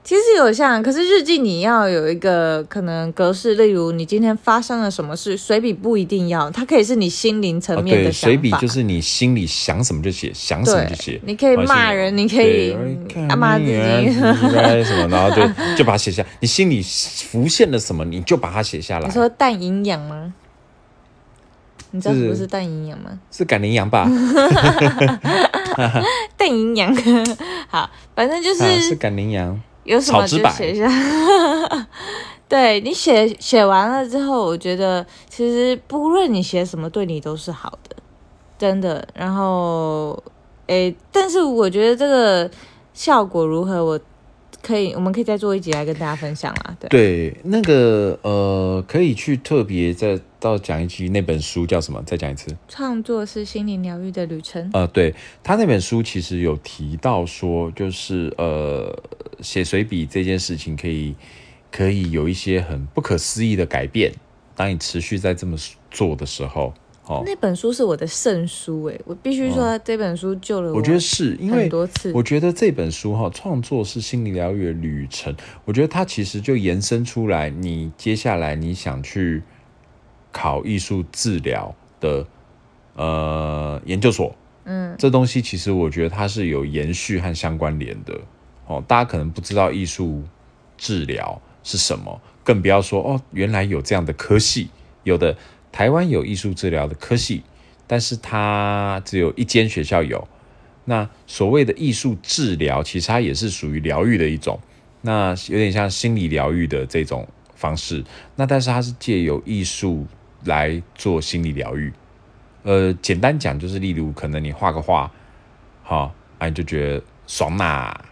A: 其实有像，可是日记你要有一个可能格式，例如你今天发生了什么事，随笔不一定要，它可以是你心灵层
B: 啊，
A: 面
B: 对，
A: 的想
B: 随
A: 法。
B: 笔就是你心里想什么就写，想什么就写
A: 对，，
B: 哦
A: 你可以骂人，你可以
B: 阿
A: 啊骂自己。
B: 什么，然后就就把它写下，你心里浮现了什么，你就把它写下来
A: 你。说氮营养吗？你知道什么
B: 是
A: 是氮营养吗？
B: 是赶羚羊吧？
A: 氮营养， 好，反正就
B: 啊，是
A: 是
B: 赶羚羊。
A: 有什么
B: 草之
A: 就
B: 白
A: 写一下。 对你写写完了之后，我觉得其实不论你写什么，对你都是好的，真的。然后，诶、但是我觉得这个效果如何，我可以，我们可以再做一集来跟大家分享啦。对，
B: 对，那个呃，可以去特别再到讲一句那本书叫什么？再讲一次。
A: 创作是心灵疗愈的旅程。
B: 呃，对他那本书其实有提到说，就是呃，写随笔这件事情可以可以有一些很不可思议的改变。当你持续在这么做的时候，哦，
A: 那本书是我的圣书、诶，我必须说这本书救了我。
B: 我觉得是因
A: 很
B: 为
A: 多次
B: 我觉得这本书哈，创作是心理疗愈的旅程。我觉得它其实就延伸出来，你接下来你想去考艺术治疗的呃研究所，
A: 嗯，
B: 这东西其实我觉得它是有延续和相关联的哦。大家可能不知道艺术治疗是什么，更不要说哦，原来有这样的科系，有的台湾有艺术治疗的科系，但是它只有一间学校有。那所谓的艺术治疗，其实它也是属于疗愈的一种，那有点像心理疗愈的这种方式。那但是它是借由艺术来做心理疗愈，呃，简单讲就是，例如可能你画个画，好，啊，你就觉得爽啦、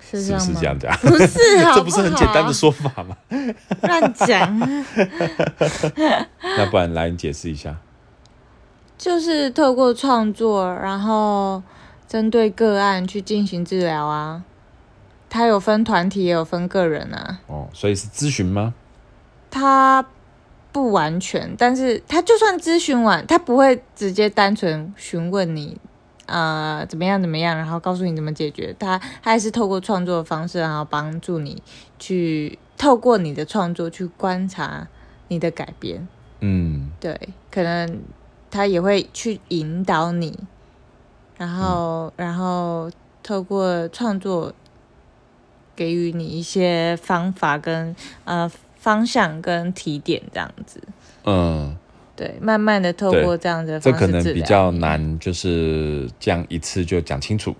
A: 是
B: 是
A: 这
B: 不
A: 样
B: 是
A: 吗？
B: 这样讲？
A: 不是，好 啊
B: 这不是很简单的说法吗？
A: 好乱讲，
B: 那不然来你解释一下。
A: 就是透过创作，然后针对个案去进行治疗啊。它有分团体，也有分个人啊。
B: 哦，所以是咨询吗？
A: 它不完全，但是它就算咨询完，它不会直接单纯询问你，呃，怎么样怎么样，然后告诉你怎么解决。它它还是透过创作的方式，然后帮助你去透过你的创作去观察你的改变。
B: 嗯，
A: 对，可能他也会去引导你，然
B: 嗯
A: 后、然后透过创作给予你一些方法跟呃方向跟提点这样子。
B: 嗯，
A: 对，慢慢的透
B: 对
A: 过这样的
B: 这
A: 方
B: 可
A: 式
B: 能
A: 治
B: 比
A: 疗嗯
B: 较
A: 你。
B: 难，就是这样一次就讲清楚。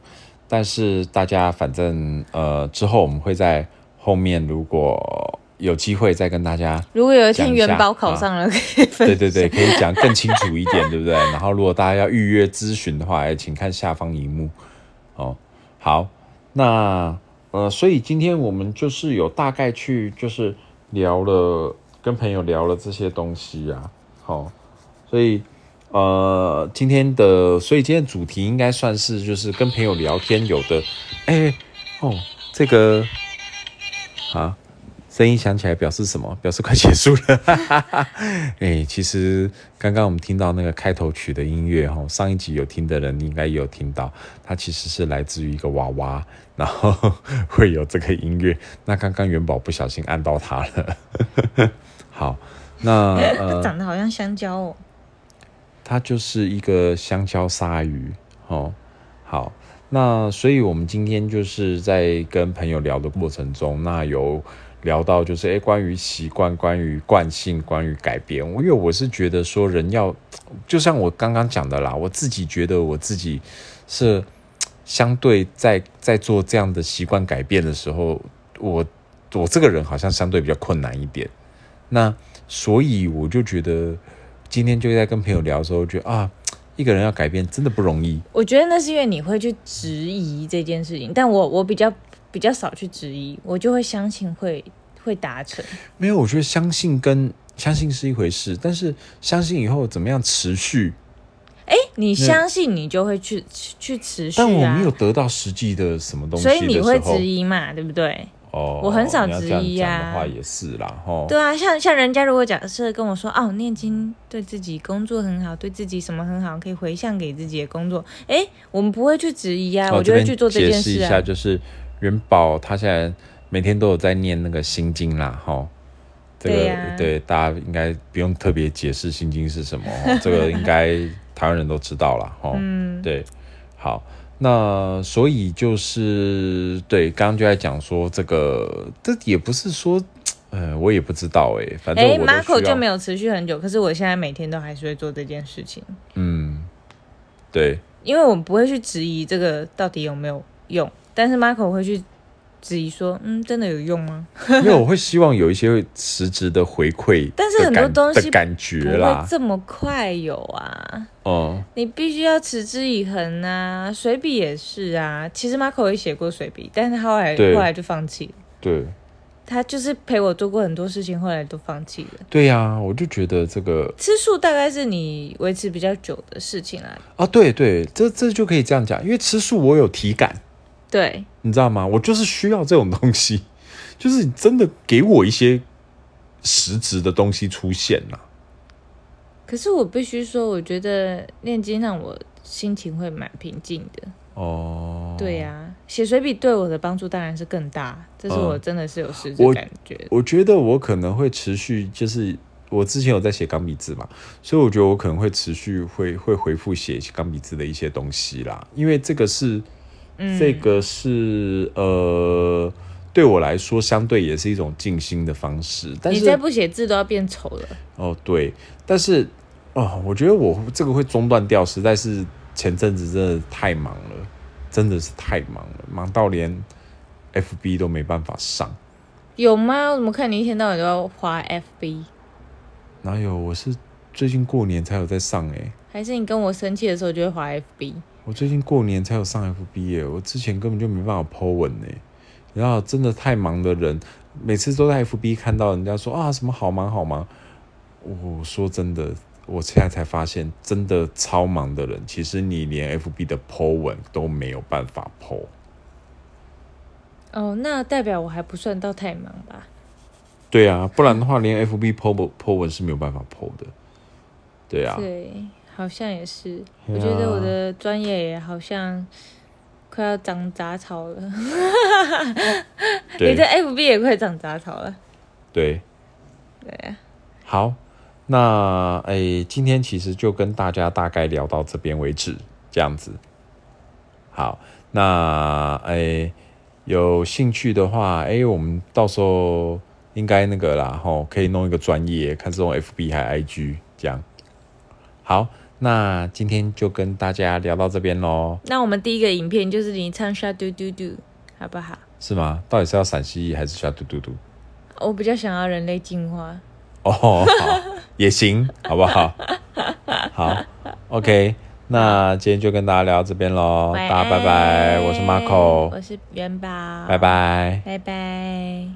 B: 但是大家反正呃，之后我们会在后面如果有机会再跟大家，
A: 如果有一
B: 讲
A: 天
B: 一下
A: 元宝考
B: 啊
A: 上了，可以分
B: 对对对，可以讲更清楚一点，对不对？ 然后如果大家要预约咨询的话，哎，请看下方荧幕。哦，好，那呃，所以今天我们就是有大概去就是聊了，跟朋友聊了这些东西啊。好、所以呃，今天的所以今天的主题应该算是就是跟朋友聊天有的，哎、哦，这个啊，声音响起来表示什么？表示快结束了。 哎、其实刚刚我们听到那个开头曲的音乐哈，上一集有听的人应该也有听到，它其实是来自于一个娃娃，然后 会有这个音乐。那刚刚元宝不小心按到它了。 好，那 呃，
A: 长得好像香蕉哦。
B: 它就是一个香蕉鲨鱼哦。好，那所以我们今天就是在跟朋友聊的过程中，那有聊到就是诶、关于习惯、关于惯性、关于改变，因为我是觉得说人要，就像我刚刚讲的啦，我自己觉得我自己是相对在在做这样的习惯改变的时候，我我这个人好像相对比较困难一点。那所以我就觉得，今天就在跟朋友聊的时候，觉得啊，一个人要改变真的不容易。
A: 我觉得那是因为你会去质疑这件事情，但我我比较比较少去质疑，我就会相信会会达成。
B: 没有，我觉得相信跟相信是一回事，但是相信以后怎么样持续，
A: 你相信你就会去去去持续、啊，
B: 但我没有得到实际的什么东西
A: 所
B: 的
A: 以你会
B: 时候
A: 质，疑嘛，对不对？
B: 哦，
A: 我很少
B: 你要
A: 质
B: 这样
A: 疑
B: 讲
A: 啊
B: 的话也是啦，哦吼，
A: 对啊，像像人家如果假设跟我说，哦，念经对自己工作很好，对自己什么很好，可以回向给自己的工作，诶，我们不会去质疑啊，
B: 哦
A: 我就会去做这件
B: 边解
A: 事
B: 释一下，
A: 啊。
B: 就是元宝他现在每天都有在念那个心经啦，哈。这个
A: 对呀
B: 对大家应该不用特别解释心经是什么，齁这个 应该台湾人都知道啦，哈。
A: 嗯，
B: 对，好，那所以就是对，刚刚就在讲说这个，这也不是说，呃，我也不知道哎、反正
A: 诶
B: 我都
A: m a r c o
B: 需要
A: 就没有持续很久，可是我现在每天都还是会做这件事情，
B: 嗯，对，
A: 因为我们不会去质疑这个到底有没有用，但是 Marco 会去质疑说，嗯，真的有用吗？
B: 因为我会希望有一些实质的回馈的感，
A: 但是很多东西
B: 的感
A: 不
B: 觉
A: 会
B: 啦，
A: 这么快有啊。
B: 嗯，
A: 你必须要持之以恒啊，随笔也是啊。其实 Marco 也写过随笔，但是他后来
B: 对
A: 后来就放弃了。
B: 对，
A: 他就是陪我做过很多事情，后来都放弃了。
B: 对呀、我就觉得这个
A: 吃素大概是你维持比较久的事情啦。
B: 啊，对对，这这就可以这样讲，因为吃素我有体感，
A: 对，
B: 你知道吗？我就是需要这种东西， 就是你真的给我一些实质的东西出现啊啦、
A: 可是我必须说，我觉得念经让我心情会蛮平静的。
B: 哦，
A: 对呀、写随笔对我的帮助当然是更大，这是
B: 嗯
A: 我真的是有实质
B: 我
A: 感觉的。
B: 我觉得我可能会持续，就是我之前有在写钢笔字嘛，所以我觉得我可能会持续会会回复写钢笔字的一些东西啦，因为这个是，这个是呃，对我来说相对也是一种静心的方式，但
A: 你
B: 是
A: 再不写字都要变丑了。
B: 哦，对，但是哦，我觉得我这个会中断掉，实在是前阵子真的太忙了，真的是太忙了，忙到连 FB 都没办法上。
A: 有吗？我怎么看你一天到晚都要滑 FB？
B: 哪有？我是最近过年才有在上哎、
A: 还是你跟我生气的时候就会滑 FB？
B: 我最近过年才有上 FB 耶，我之前根本就没办法 Po 文欸呢。然后真的太忙的人，每次都在 FB 看到人家说啊什么好忙好忙，我说真的，我现在才发现，真的超忙的人，其实你连 FB 的 Po 文都没有办法 Po。
A: 哦，那代表我还不算到太忙吧？
B: 对啊，不然的话，连 FB Po 文 Po 文是没有办法 Po 的。对啊，
A: 对，好像也是。
B: 对
A: 我
B: 啊
A: 觉得我的专业也好像快要长杂草了，你的
B: 对
A: FB 也快长杂草了。
B: 对，
A: 对啊，
B: 好，那诶、今天其实就跟大家大概聊到这边为止，这样子。好，那诶、有兴趣的话，诶、我们到时候应该那个啦，吼，可以弄一个专业，看是用 FB 还 IG 这样。好，那今天就跟大家聊到这边喽，
A: 那我们第一个影片就是你唱沙嘟嘟嘟，好不好？
B: 是吗？到底是要陕西裔还是小嘟嘟嘟？
A: 我比较想要人类进化。
B: 哦，好，也行，好不好？好，OK，那今天就跟大家聊到这边喽，
A: 晚
B: 大家拜拜，
A: 安
B: 我是 Marco，
A: 我是元宝，
B: 拜，拜。
A: 拜拜。